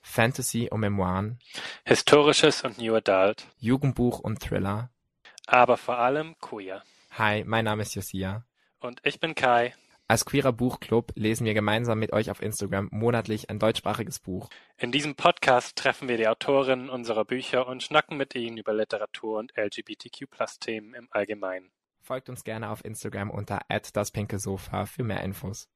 Fantasy und Memoiren, Historisches und New Adult, Jugendbuch und Thriller. aber vor allem queer. Hi, mein Name ist Josia. Und ich bin Kai. Als queerer Buchclub lesen wir gemeinsam mit euch auf Instagram monatlich ein deutschsprachiges Buch. In diesem Podcast treffen wir die Autorinnen unserer Bücher und schnacken mit ihnen über Literatur und LGBTQ-Themen im Allgemeinen. Folgt uns gerne auf Instagram unter @daspinkesofa für mehr Infos.